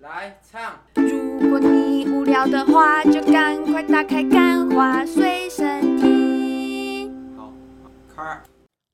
来唱。如果你无聊的话，就赶快打开《干花随身听》。好，开。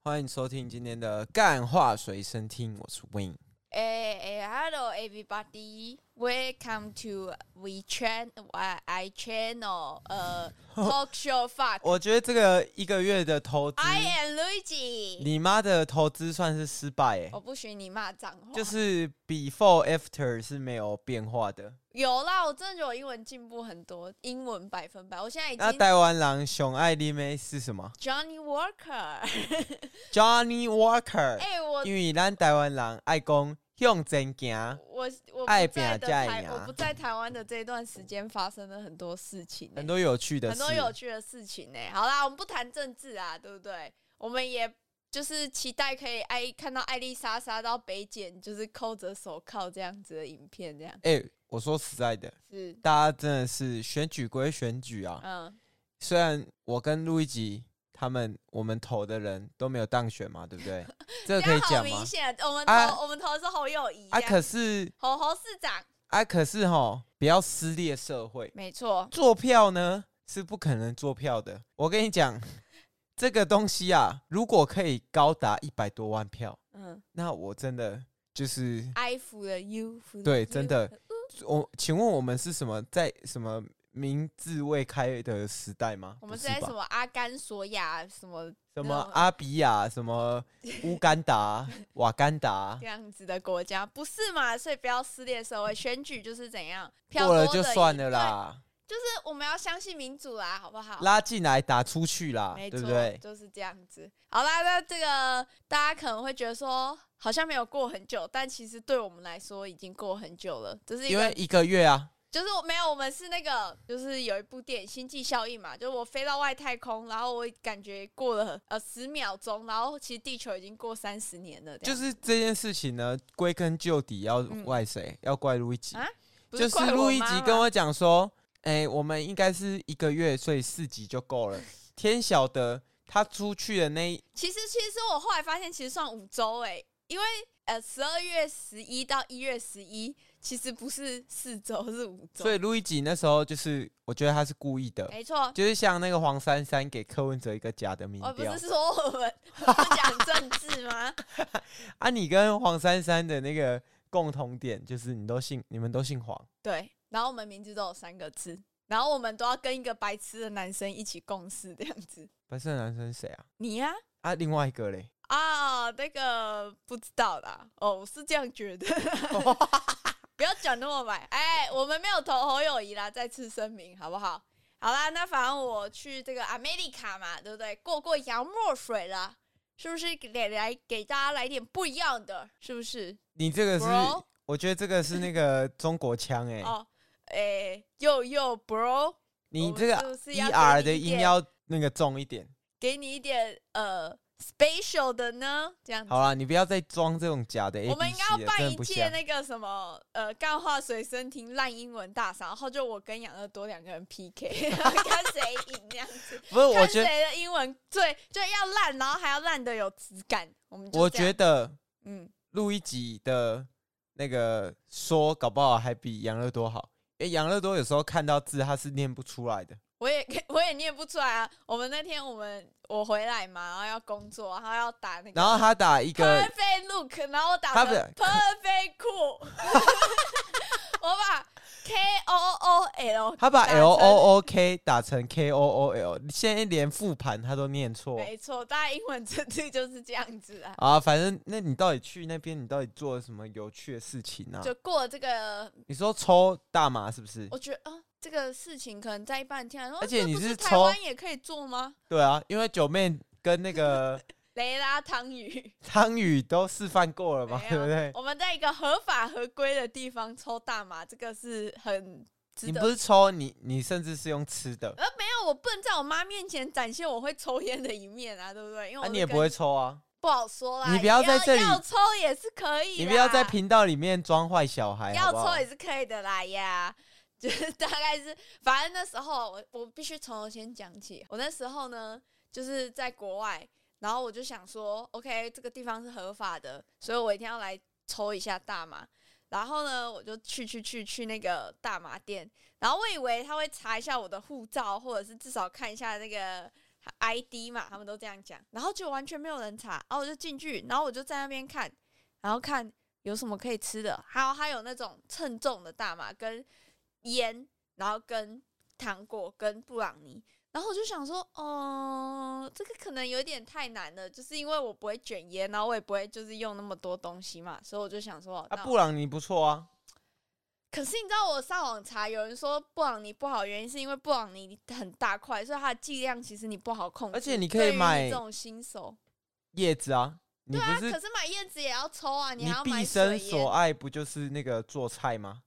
欢迎收听今天的干话随身听，我是 Win。诶诶，Hello everybody, welcome to We Channel I Channel 呃 Talk Show Fuck. 我觉得这个一个月的投资， I am Luigi. 你妈的投资算是失败哎、我不许你骂脏话。就是 before after 是没有变化的。有啦，我真的觉得我英文进步很多，英文百分百。我现在已那经台湾狼熊艾丽妹是什么 Johnny Walker。 ？Johnny Walker，、哎，我因为咱台湾人爱讲用真行，我我爱不拼在的才台赢，啊我不在台湾的这段时间发生了很多事情欸，很多有趣的事，很多有趣的事情呢、好啦，我们不谈政治啊，对不对？我们也就是期待可以爱看到艾丽莎莎到北检，就是扣着手铐这样子的影片，这样哎、我说实在的，是大家真的是选举归选举啊，嗯虽然我跟路易吉他们我们投的人都没有当选嘛，对 不对？这这个可以样好讲吗明？显。我们投、啊我们投的是侯友谊啊，这样可是侯侯市长，啊，可是哈，不要撕裂社会，没错，做票呢是不可能做票的。我跟你讲，这个东西啊，如果可以高达一百多万票，嗯那我真的就是，I 服了 U 服了对 you 真的我，请问我们是什么在什么民智未开的时代吗？我们不是在吧什么阿甘索亚什么什那么种阿比亚、什么乌干 达、瓦干达这，样子的国家，不是嘛？所以不要撕裂社会，选举就是怎样，票过了多就的赢算了，啦，对就是我们要相信民主啦，好不好？拉进来打出去啦，没对错，不对？就是这样子。好啦，那这个大家可能会觉得说，好像没有过很久，但其实对我们来说已经过很久了。这是一因为个，一个月啊，就是我没有，我们是那个，就是有一部电影《星际效应》嘛，就是我飞到外太空，然后我感觉过了呃十秒钟，然后其实地球已经过三十年了，这样就是这件事情呢，归根究底要啊嗯怪谁？要怪路易吉，啊不就是怪路我易妈妈吉跟我讲说，哎、我们应该是一个月，所以四集就够了。天晓得，他出去的那一其实，其实我后来发现，其实算五周哎、因为呃，十二月十一到一月十一，其实不是四周，是五周。所以路易吉那时候就是，我觉得他是故意的，没错，就是像那个黄珊珊给柯文哲一个假的民我哦不调是说我们我不讲政治吗？ 啊。你跟黄珊珊的那个共同点就是，你都姓，你们都姓黄。对，然后我们名字都有三个字，然后我们都要跟一个白痴的男生一起共事这样子。白色男生是谁啊？你呀、啊，另外一个嘞，啊？那个不知道啦，哦，我是这样觉得。哦不要讲那么白，哎，我们没有投侯友谊啦，再次声明好不好？好啦，那反正我去这个 America 嘛，对不对？过过洋墨水啦，是不是给？来来给大家来点不一样的，是不是？你这个是 Bro？我觉得这个是那个中国腔哎、哦，哎，又又 bro，你我是这个不是 e 要给 r 的你一音点要那个重一点。给你一点呃 special 的呢，这样子。好啦，你不要再装这种假的 A 嗯我们 B 应该 C 要了，办真一的不届像。那个什么呃，干话随身听烂英文大赏，然后就我跟养乐多两个人 PK，然后看谁赢这样子。不是， 我看觉谁得，的英文最就要烂，然后还要烂的有质感。我们就我这样觉得嗯，录一集的那个说，搞不好还比杨乐多好。因为杨乐多有时候看到字他是念不出来的，我也 我也念不出来啊。我们那天我们我回来嘛，然后要工作，然后要打那个，然后他打一个 perfect look，然后我打他成不是 perfect cool，我把 K O O L 他把打成 L O O K 打成 K O O L，现在连复盘他都念错没错，大家英文真的就是这样子啊。啊！反正那你到底去那边，你到底做了什么有趣的事情啊？就过了这个，你说抽大麻是不是？我觉得啊、这个事情可能在一半听来，而且哦这你不是是台抽湾也可以做吗？对啊，因为九妹跟 那个雷拉汤 语，汤宇都示范过了嘛，没对有不对？我们在一个合法合规的地方抽大麻，这个是很值你得。不是抽你，你甚至是用吃的，呃，没有，我不能在我妈面前展现我会抽烟的一面啊，对不对？因为我啊，是你也跟不会抽啊，不好说啦。你不要在这里要抽也是可以啦，你不要在频道里面装坏小孩，要好不好抽也是可以的啦呀。 就是大概是，反正那时候我我必须从头先讲起。我那时候呢，就是在国外，然后我就想说，OK，这个地方是合法的，所以我一定要来抽一下大麻。然后呢，我就去去去去那个大麻店，然后我以为他会查一下我的护照，或者是至少看一下那个 ID 嘛，他们都这样讲，然后就完全没有人查，然后我就进去，然后我就在那边看，然后看有什么可以吃的，还有还有那种称重的大麻跟烟，然后跟糖果跟布朗尼，然后我就想说，哦、这个可能有点太难了，就是因为我不会卷烟，然后我也不会就是用那么多东西嘛，所以我就想说，哦啊，那布朗尼不错啊，可是你知道我上网查，有人说布朗尼不好，原因是因为布朗尼很大块，所以它的剂量其实你不好控制。而且你可以对于买这种新手，叶子啊，你不可是是买叶子也要抽啊，你还要买毕水生烟。所爱不就是那个做 菜吗？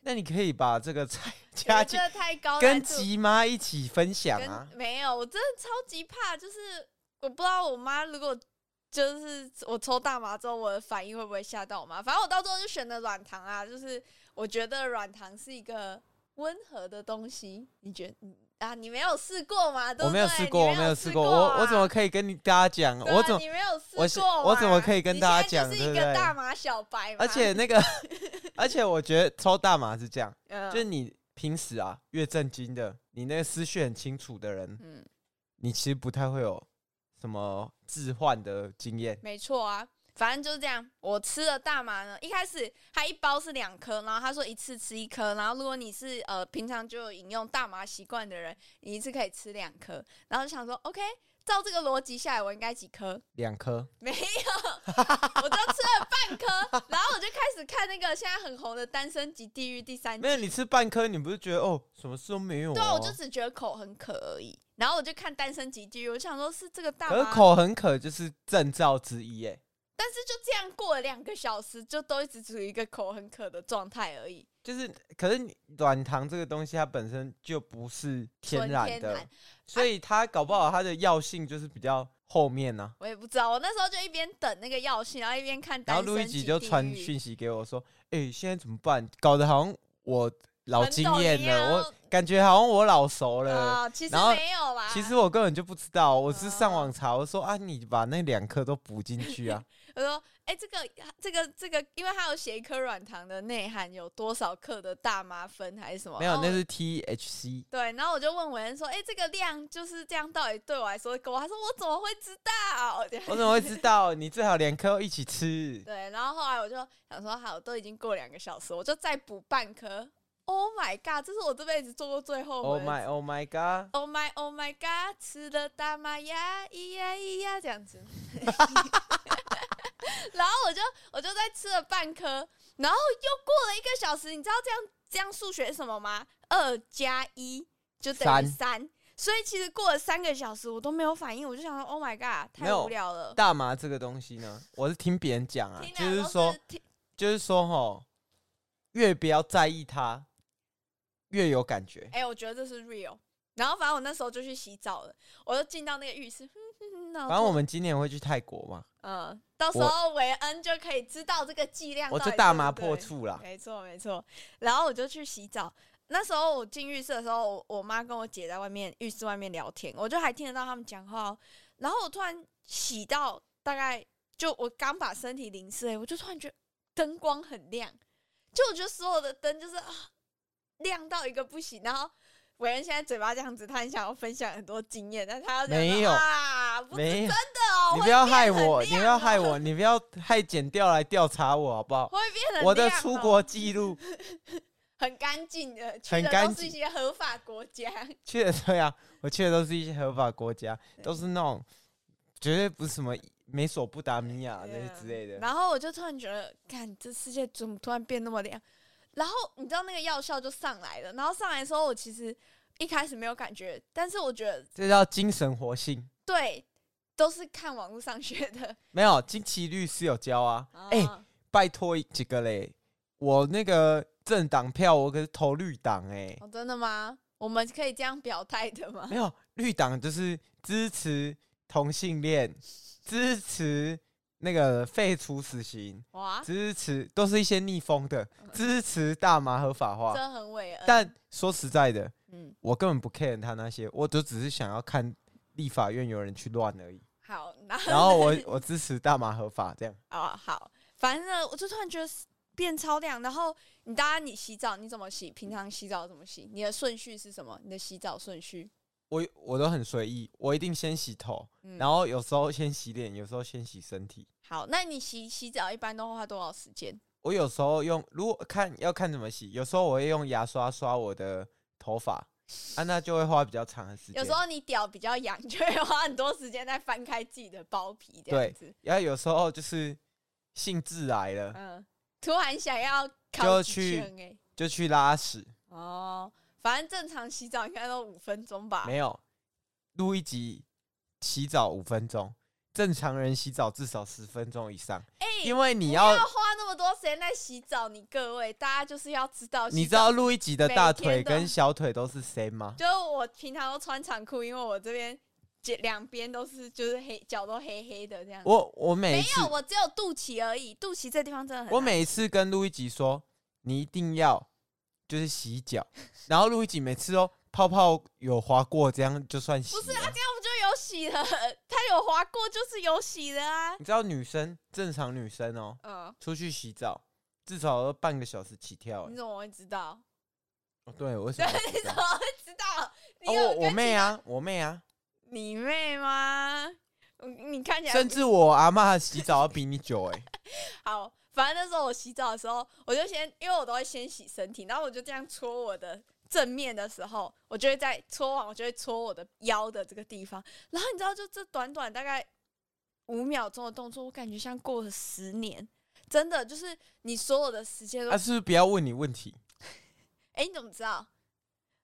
那你可以把这个菜 我加觉进，得太高难跟度吉妈一起分享跟啊。没有，我真的超级怕，就是我不知道我妈如果就是我抽大麻之后，我的反应会不会吓到我妈。反正我到最后就选了软糖啊，就是我觉得软糖是一个温和的东西。你觉得你啊？你没有试过吗？对我不没对有试过，你我没有试试过过，啊、我我怎么可以跟你大家讲？对啊我怎么？你没有试我是过嘛？我怎么可以跟你大家现在讲就是对一不个对大麻小白嘛，而且那个，而且我觉得抽大麻是这样，嗯就是你平时啊越震惊的，你那个思绪很清楚的人，嗯，你其实不太会有什么置换的经验。没错啊，反正就是这样。我吃了大麻呢，一开始它一包是两颗，然后他说一次吃一颗，然后如果你是呃平常就有饮用大麻习惯的人，你一次可以吃两颗。然后就想说，OK，照这个逻辑下来，我应该几颗？两颗，没有，我就吃了半颗，然后我就开始看那个现在很红的《单身级地狱》第三季没。有你吃半颗，你不是觉得哦什么事都没有、哦？对啊，我就只觉得口很渴而已。然后我就看《单身级地狱》，我想说是这个大可是麻，口很渴就是证照之一耶，但是就这样过了两个小时，就都一直处于一个口很渴的状态而已。就是可是你软糖这个东西它本身就不是天然纯天的然，所以它搞不好它的药性就是比较后面呢、我也不知道，我那时候就一边等那个药性，然后一边看单然后身级路易吉就传地狱讯息给我说：“哎、现在怎么办？搞得好像我老很经懂验一样了，我感觉好像我老熟了。啊、其实然后没有啦。其实我根本就不知道，我是上哦网查，我说啊，你把那两颗都补进 去啊。我说，哎、这个这个这个，因为它有写一颗软糖的内含有多少克的大麻酚还是什么？没有，然后那我 是 THC。对，然后我就问文恩说：“哎、这个量就是这样，到底对我来说够？”他说：“我怎么会知道？” 这样我怎么会知道？你最好两颗一起吃。 对，然后后来我就想说，好，都已经过两个小时，我就再补半颗。Oh my god！这是我这辈子做过最后 Oh 悔的 my, oh my god！ Oh my, oh my god！吃了大麻呀，咿呀咿呀，这样子。 然后我就我就再吃了半颗，然后又过了一个小时，你知道这样这样数学是什么吗？二加一就等于三三，所以其实过了三个小时我都没有反应，我就想说 Oh my god，没太有无聊了。大麻这个东西呢，我是听别人讲啊听，就了是都说，听就是说，吼，越不要在意它，越有感觉。哎、我觉得这是 real。然后反正我那时候就去洗澡了，我就进到那个浴室，哼哼哼然后反正就我们今年会去泰国嘛，嗯，到时候韦恩就可以知道这个剂量。我就大麻破。处啊啦。没错没错，然后我就去洗澡。那时候我进浴室的时候，我我妈跟我姐在外面浴室外面聊天，我就还听得到他们讲话哦。然后我突然洗到大概就我刚把身体淋湿、欸，我就突然觉得灯光很亮，就我觉得所有的灯就是啊亮到一个不行。然后伟人现在嘴巴这样子，他很想要分享很多经验，但他要讲说没有啊，不是没有，的哦，你会不要变害很我，你亮不要哦害，我，你不要害剪掉来调查我好不 好？会变很我的亮出哦国记录，很干净的，去很的干都是一些合法国家。去的对啊，我去的都是一些合法国家，都是那种绝对不是什么美索不达米亚那些啊之类的。然后我就突然觉得，看这世界怎么突然变那么亮？然后你知道那个药效就上来了，然后上来的时候，我其实一开始没有感觉，但是我觉得这叫精神活性。对，都是看网络上学 的。没有，惊奇律师有教啊。哎、啊拜托几个嘞，我那个政党票我可是投绿党哎、哦，真的吗？我们可以这样表态的吗没？有，绿党就是支持同性恋，支持那个废除死刑，哇，支持都是一些逆风的，支持大麻合法化。这很伟恩。但说实在的，嗯，我根本不 care 他那些，我就只是想要看立法院有人去乱而已。好，然后然后我我支持大麻合法这样。哦啊、好，反正呢，我就突然觉得变超亮。然后你当然你洗澡你怎么洗？平常洗澡怎么洗？你的顺序是什么？你的洗澡顺序？我我都很随意，我一定先洗头，嗯然后有时候先洗脸，有时候先洗身体。好，那你洗洗澡一般都花多少时间？我有时候用，如果看要看怎么洗，有时候我会用牙刷刷我的头发，啊，那就会花比较长的时间。有时候你屌比较痒， 就会花很多时间在翻开自己的包皮这样子。然后有时候就是兴致来了，嗯，突然想要就烤几去圈欸就去拉屎。哦，反正正常洗澡应该都五分钟吧。没有录一集洗澡五分钟，正常人洗澡至少十分钟以上，哎、因为你不要要花那么多时间在洗澡，你各位大家就是要知道洗澡，你知道录一集的大腿每天都跟小腿都是 same 吗？就是我平常都穿长裤，因为我这边这两边都是就是黑脚都黑黑的这样。我我每一没次有，我只有肚脐而已，肚脐这地方真的很。 我每一次跟录一集说，你一定要就是 洗脚，然后录一集每次都泡泡有划过，这样就算洗不了。是啊，这样不就有洗了？它有划过就是有洗的 啊。你知道女生正常女生哦，嗯，出去洗澡至少要半个小时起跳、你欸。怎么会知道？哦，对，我为什 对么不，你知怎道？么会知道？你有哦，我我跟妹啊，我妹啊，你妹吗？嗯你看起来甚至我阿妈洗澡要比你久 哎、好，反正那时候我洗澡的时候，我就先，因为我都会先洗身体，然后我就这样搓我的正面的时候，我就会在搓完，我就会搓我的腰的这个地方。然后你知道，就这短短大概五秒钟的动作，我感觉像过了十年，真的就是你所有的时间都，哎、她、啊是不是不要问你问题你怎么知道？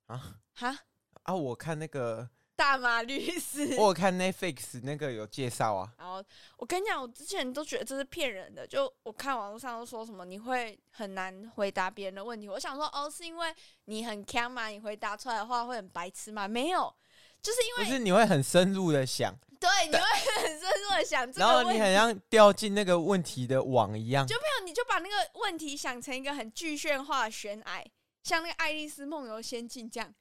啊？哈，啊，我看 那个，大马律师。我有看 Netflix 那个有介绍啊，然后我跟你讲，我之前都觉得这是骗人的，就我看网络上都说什么你会很难回答别人的问题，我想说哦，是因为你很强嘛，你回答出来的话会很白痴嘛？没有，就是因就为是你会很深入的想，对你会很深入的想这然个后问你题，很像掉进那个问题的网一样。就没有你就把那个问题想成一个很具象化的悬崖，像那个《爱丽丝梦游仙境》这样，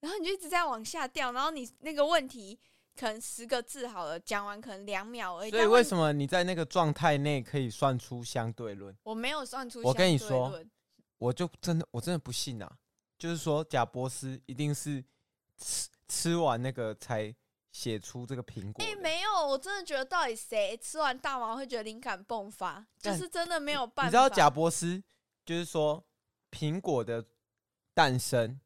然后你就一直在往下掉，然后你那个问题可能十个字好了，讲完可能两秒而已。所以为什么么你在那个状态内可以算出相对论？我没有算出？我跟你说，我就真的我真的不信啊！就是说贾博斯一定是吃吃完那个才写出这个苹果哎、的。没有，我真的觉得到底谁吃完大麻会觉得灵感迸发，就干是真的没有办法。你知道贾博斯就是说苹果的诞生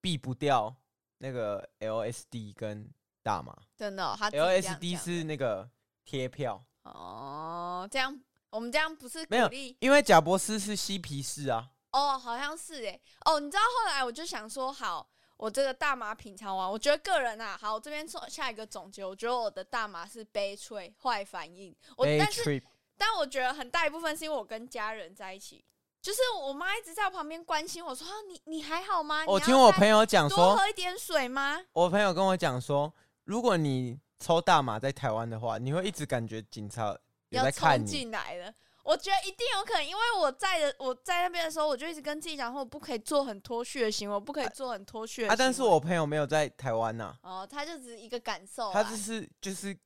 避不掉那个 LSD 跟大麻真的哦、他自己这样，LSD 讲是那个贴票，哦，这样我们这样不是鼓没有励因为贾博斯是嬉皮士啊，哦，好像是哎哦，你知道后来我就想说，好，我这个大麻品尝完，我觉得个人啊，好，我这边做下一个总结，我觉得我的大麻是悲催坏反应，我 day 但是 trip 但我觉得很大一部分是因为我跟家人在一起。就是我妈一直在我旁边关心我说：“啊、你你还好吗？”啊我你要听我再朋友讲多说，喝一点水吗？我朋友跟我讲说，如果你抽大麻在台湾的话，你会一直感觉警察有要在看冲你。进来了。我觉得一定有可能，因为我在的我在那边的时候，我就一直跟自己讲说，我不可以做很脱序的行为，我不可以做很脱序的行为。啊，但是我朋友没有在台湾呐、哦，他就只是一个感受啦，他只是就是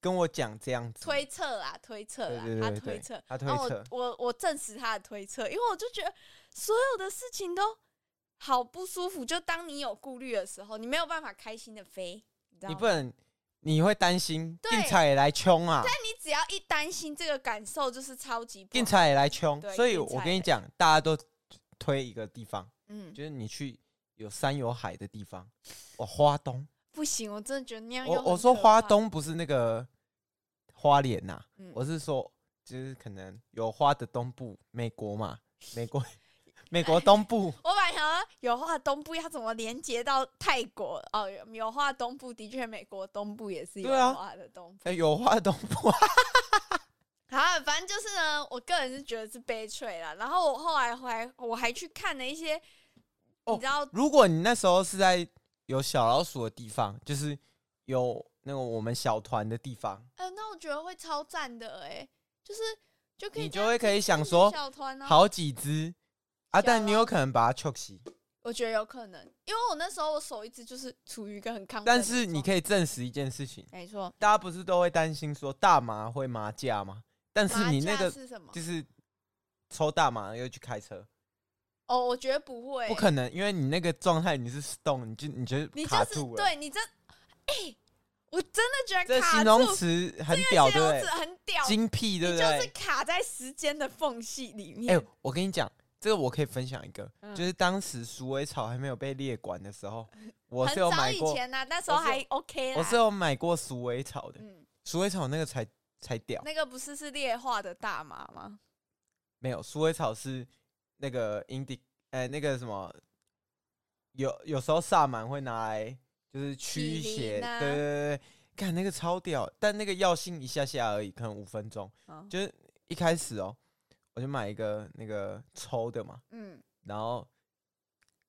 跟我讲这样子。哦啊推测啦，推测啦，对对他对推对测，他推然后测我我我证实他的推测，因为我就觉得所有的事情都好不舒服，就当你有顾虑的时候，你没有办法开心的飞，你知道你吗？不能，你会担心对警察也来冲啊，你只要一担心这个感受，就是超级不警好察也来冲对。所以警察我跟也你讲，大家都推一个地方，嗯，就是你去有山有海的地方。我花东，不行，我真的觉得那样我又我很说可花怕，东不是那个花莲呐、嗯我是说，就是可能有花的东部，美国嘛，美国，美国东部，我本来想说有话东部要怎么连接到泰国哦，有有话东部的确，美国东部也是有对啊话的东部。哎、有花的东部、啊， 好啊，反正就是呢，我个人是觉得是悲催啦。然后我后来还我还去看了一些，哦你知道，如果你那时候是在有小老鼠的地方，就是有那个我们小团的地方，呃，那我觉得会超赞的哎、就是就可以你这就样会自可以己想组说小团啊，好几只啊，小嗯但你老有可能把它 choke 死，我觉得有可能，因为我那时候我手一直就是处于一个很亢奋的状但态，是你可以证实一件事情，没错，大家不是都会担心说大麻会麻架吗？但是麻你那将个是什么？就是抽大麻又去开车，哦，我觉得不会，不可能，因为你那个状态你是 stone，你就你觉你得就卡是住了。对你这，哎、我真的觉这得卡住形容，词很屌，形对不容对词？很屌，精辟，对你不就是对？卡在时间的缝隙里面。哎、我跟你讲，这个我可以分享一个，嗯就是当时鼠尾草还没有被列管的时候，我很是有早买以过，前呐、啊那时候我是有还 OK 啦。我是有买过鼠尾草的，嗯，鼠尾草那个才才屌，那个不是是劣化的大麻吗？没有鼠尾草是那个 indi，呃，那个什么，有有时候萨满会拿来就是驱麒邪，麟啊对对对对，看那个超屌，但那个药性一下下而已，可能五分钟，哦就是一开始哦，我就买一个那个抽的嘛。嗯然后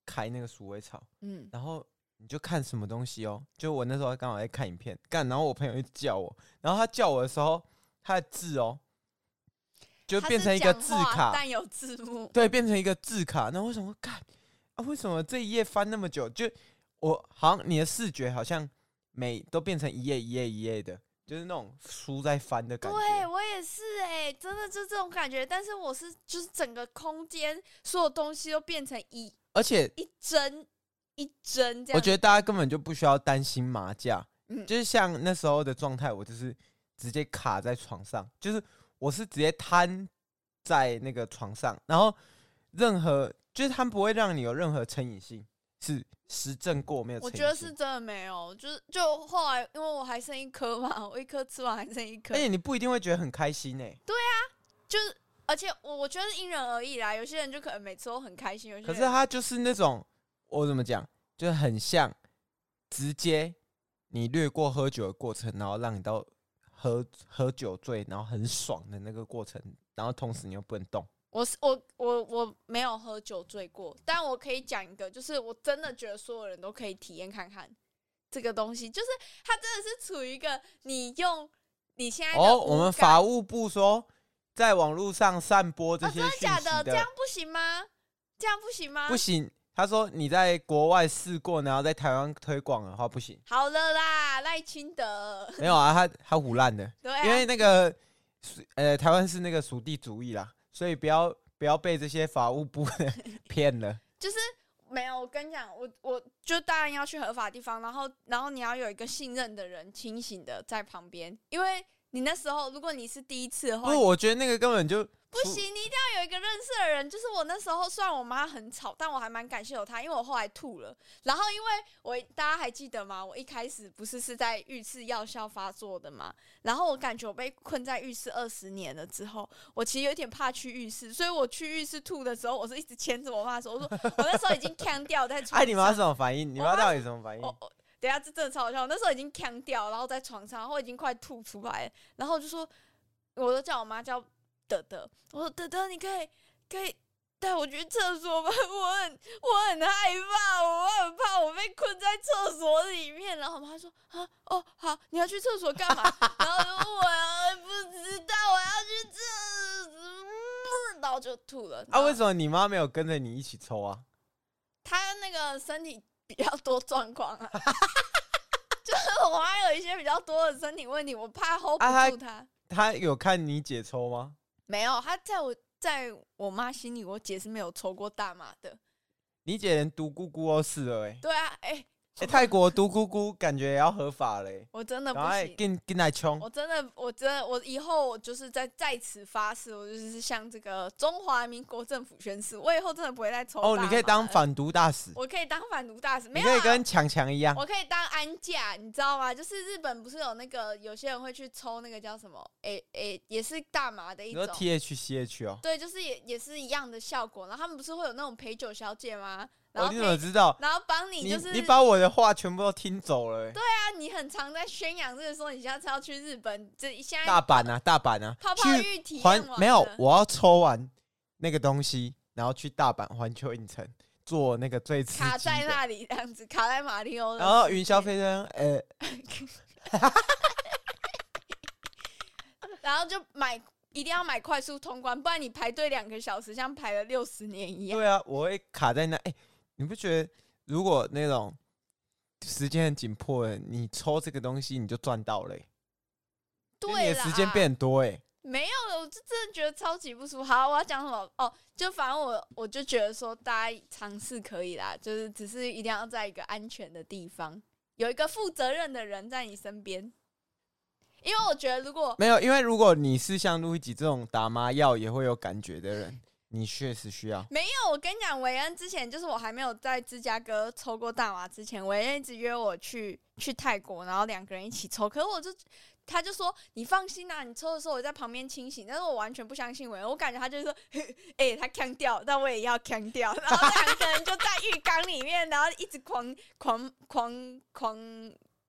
开那个鼠尾草，嗯，然后你就看什么东西哦。就我那时候刚好在看影片，干，然后我朋友就叫我，然后他叫我的时候，他的字哦，就它变是成一个讲字话卡，但有字幕。对，变成一个字卡。然后我想说，干啊，为什么这一页翻那么久？就我好像你的视觉好像每都变成一页一页一页的，就是那种书在翻的感对觉。我也是哎、真的就这种感觉。但是我是就是整个空间所有东西都变成一而且一帧一帧这样。我觉得大家根本就不需要担心麻将，嗯就是像那时候的状态，我就是直接卡在床上，就是我是直接瘫在那个床上，然后任何就是他们不会让你有任何成瘾性，是实证过没有成我瘾觉性。得是真的没有，就是就后来因为我还剩一颗嘛，我一颗吃完还剩一颗而，且你不一定会觉得很开心欸诶、就是而且我我觉得是因人而异啦，有些人就可能每次都很开心，有些人可是他就是那种我怎么讲，就是很像直接你略过喝酒的过程，然后让你到喝喝酒醉，然后很爽的那个过程，然后同时你又不能动。我是我我我没有喝酒醉过，但我可以讲一个，就是我真的觉得所有人都可以体验看看这个东西，就是它真的是处于一个你用你现在的哦，五我们感法务部说，在网络上散播这啊些真的讯假息的？这样不行吗？这样不行吗？不行。他说你在国外试过，然后在台湾推广的话不行。好了啦，赖清德，没有啊，他他胡烂的，对啊，因为那个呃台湾是那个属地主义啦，所以不要不要被这些法务部的 骗了。就是没有，我跟你讲，我我就当然要去合法地方，然后然后你要有一个信任的人，清醒的在旁边，因为你那时候如果你是第一次的话，不，我觉得那个根本就不出行，你一定要有一个认识的人。就是我那时候，虽然我妈很吵，但我还蛮感谢有她，因为我后来吐了。然后因为我大家还记得吗？我一开始不是是在浴室药效发作的嘛，然后我感觉我被困在浴室二十年了之后，我其实有点怕去浴室，所以我去浴室吐的时候，我是一直牵着我妈手，我说我那时候已经呛掉 在床上。哎，你妈什么反应？你我妈妈到底什么反应？我我哦等一下这真的超好笑，我那时候已经呛掉，然后在床上，然后我已经快吐出来了，然后我就说，我都叫我妈叫德德，我说德德，你可以可以带我去厕所吗？ 我很我很害怕，我很怕我被困在厕所里面。然后我妈说啊哦好，你要去厕所干嘛？ 然后我说我不知道，我要去厕所，然后就吐了。啊，为么？什么你妈没有跟着你一起抽啊？他那个身体比较多状况啊， 就是我还有一些比较多的身体问题，我怕 hold 啊不住他。她有看你姐抽吗？没有，他在我在我妈心里，我姐是没有抽过大麻的。你姐连独孤姑都试了哎、欸对啊，哎、欸泰国独孤姑感觉也要合法嘞、我真的不然后行。跟跟来冲，我真的，我真的，我以后我就是在在此发誓，我就是向这个中华民国政府宣誓，我以后真的不会再抽。哦，你可以当，反毒大使，我可以当反毒大使，没你有、啊，可以跟强强一样，我可以当安驾，你知道吗？就是日本不是有那个有些人会去抽那个叫什么？诶、诶、也是大麻的一你种说。THCH 哦，对，就是也也是一样的效果。然后他们不是会有那种陪酒小姐吗？然哦，后你陪、怎么知道？然后帮你你就是你把我的话全部都听走了、欸，啊，你很常在宣扬这个说你下次要去日本，这现在大阪啊，大阪啊，泡泡去浴体验环完没有了，我要抽完那个东西，然后去大阪环球影城做那个最刺卡激在的，那里这样子，卡在马里欧的世界。然后云霄飞车，呃，然后就买，一定要买快速通关，不然你排队两个小时，像排了六十年一样。对啊，我会卡在那。哎、你不觉得如果那种时间很紧迫的，你抽这个东西你就赚到了、欸，就你对的啦，时间变很多哎、没有了，我就真的觉得超级不舒服。好，我要讲什么？哦，就反正我我就觉得说，大家尝试可以啦，就是只是一定要在一个安全的地方，有一个负责任的人在你身边。因为我觉得，如果没有，因为如果你是像路易吉这种打麻药也会有感觉的人，你确实需要。没有，我跟你讲，韦恩之前就是我还没有在芝加哥抽过大麻之前，韦恩一直约我去去泰国，然后两个人一起抽。可是我就，他就说你放心啦、你抽的时候我在旁边清醒，但是我完全不相信韦恩，我感觉他就是说，哎、欸他呛掉，但我也要呛掉，然后两个人就在浴缸里面，然后一直狂狂狂狂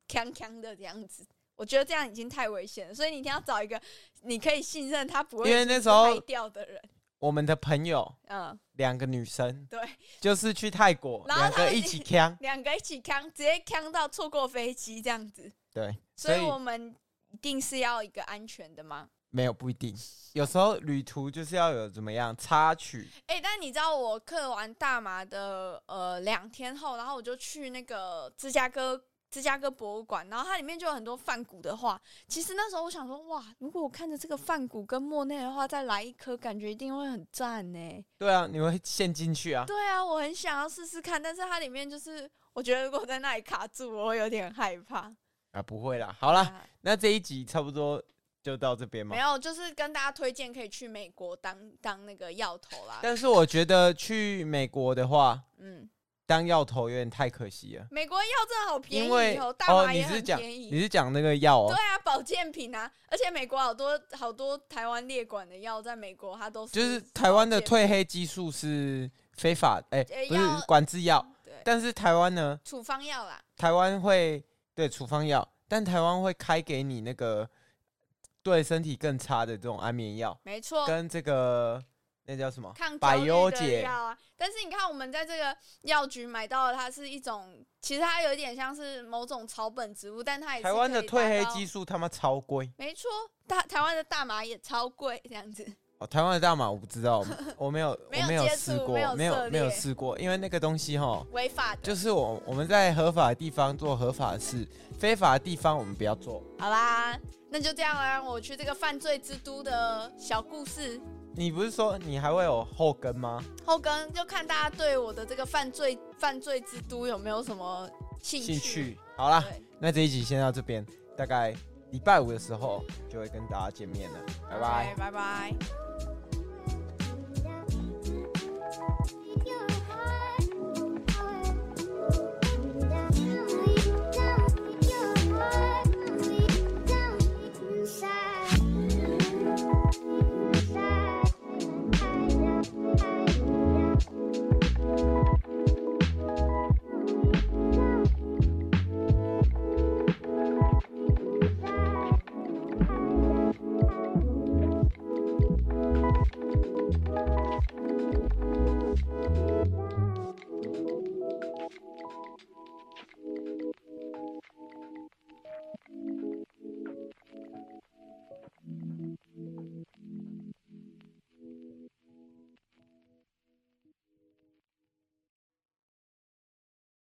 呛呛的这样子。我觉得这样已经太危险了，所以你一定要找一个你可以信任他不会因为那时候嗨掉的人。我们的朋友嗯，两个女生对。就是去泰国，然后两他们个一起呛，两个一起扛，直接扛到错过飞机这样子，对，所所以以我们一定是要一个安全的嘛。没有不一定，有时候旅途就是要有怎么样插曲，哎、但你知道我嗑完大麻的呃两天后，然后我就去那个芝加哥芝加哥博物馆，然后它里面就有很多梵谷的画。其实那时候我想说，哇，如果我看着这个梵谷跟莫内的话，再来一颗，感觉一定会很赞呢。对啊，你会陷进去啊。对啊，我很想要试试看，但是它里面就是我觉得如果在那里卡住，我会有点害怕。啊，不会啦，好啦，啊那这一集差不多就到这边嘛没。有，就是跟大家推荐可以去美国当当那个药头啦。但是我觉得去美国的话，嗯，当药头有点太可惜了，美国药真的好便因宜为哦，大哦，麻你也是很讲便宜。你是讲那个药哦对，啊，保健品啊，而且美国好多好多台湾列管的药，在美国它都是就是台湾的保健褪黑激素是非法，哎、呃不是药嗯管制药，对但是台湾呢，处方药啦，台湾会对处方药，但台湾会开给你那个对身体更差的这种安眠药，没错，跟这个那叫什么抗百忧忧解药啊。但是你看，我们在这个药局买到的，它是一种，其实它有一点像是某种草本植物，但它也是台湾的可以褪达黑到激，素他妈超贵没错，大台湾的大麻也超贵，这样子。哦！台湾的大麻我不知道，我没有没有我没有接试触过没有，没涉有猎没有试过，因为那个东西哈，违法的。就是我我们在合法的地方做合法的事，非法的地方我们不要做。好啦，那就这样啦。我去这个犯罪之都的小故事你不是说你还会有后跟吗？后跟，就看大家对我的这个犯罪犯罪之都有没有什么兴趣。兴趣啊好啦，对，那这一集先到这边，大概礼拜五的时候就会跟大家见面了，拜拜。 OK，拜拜。 Thank you.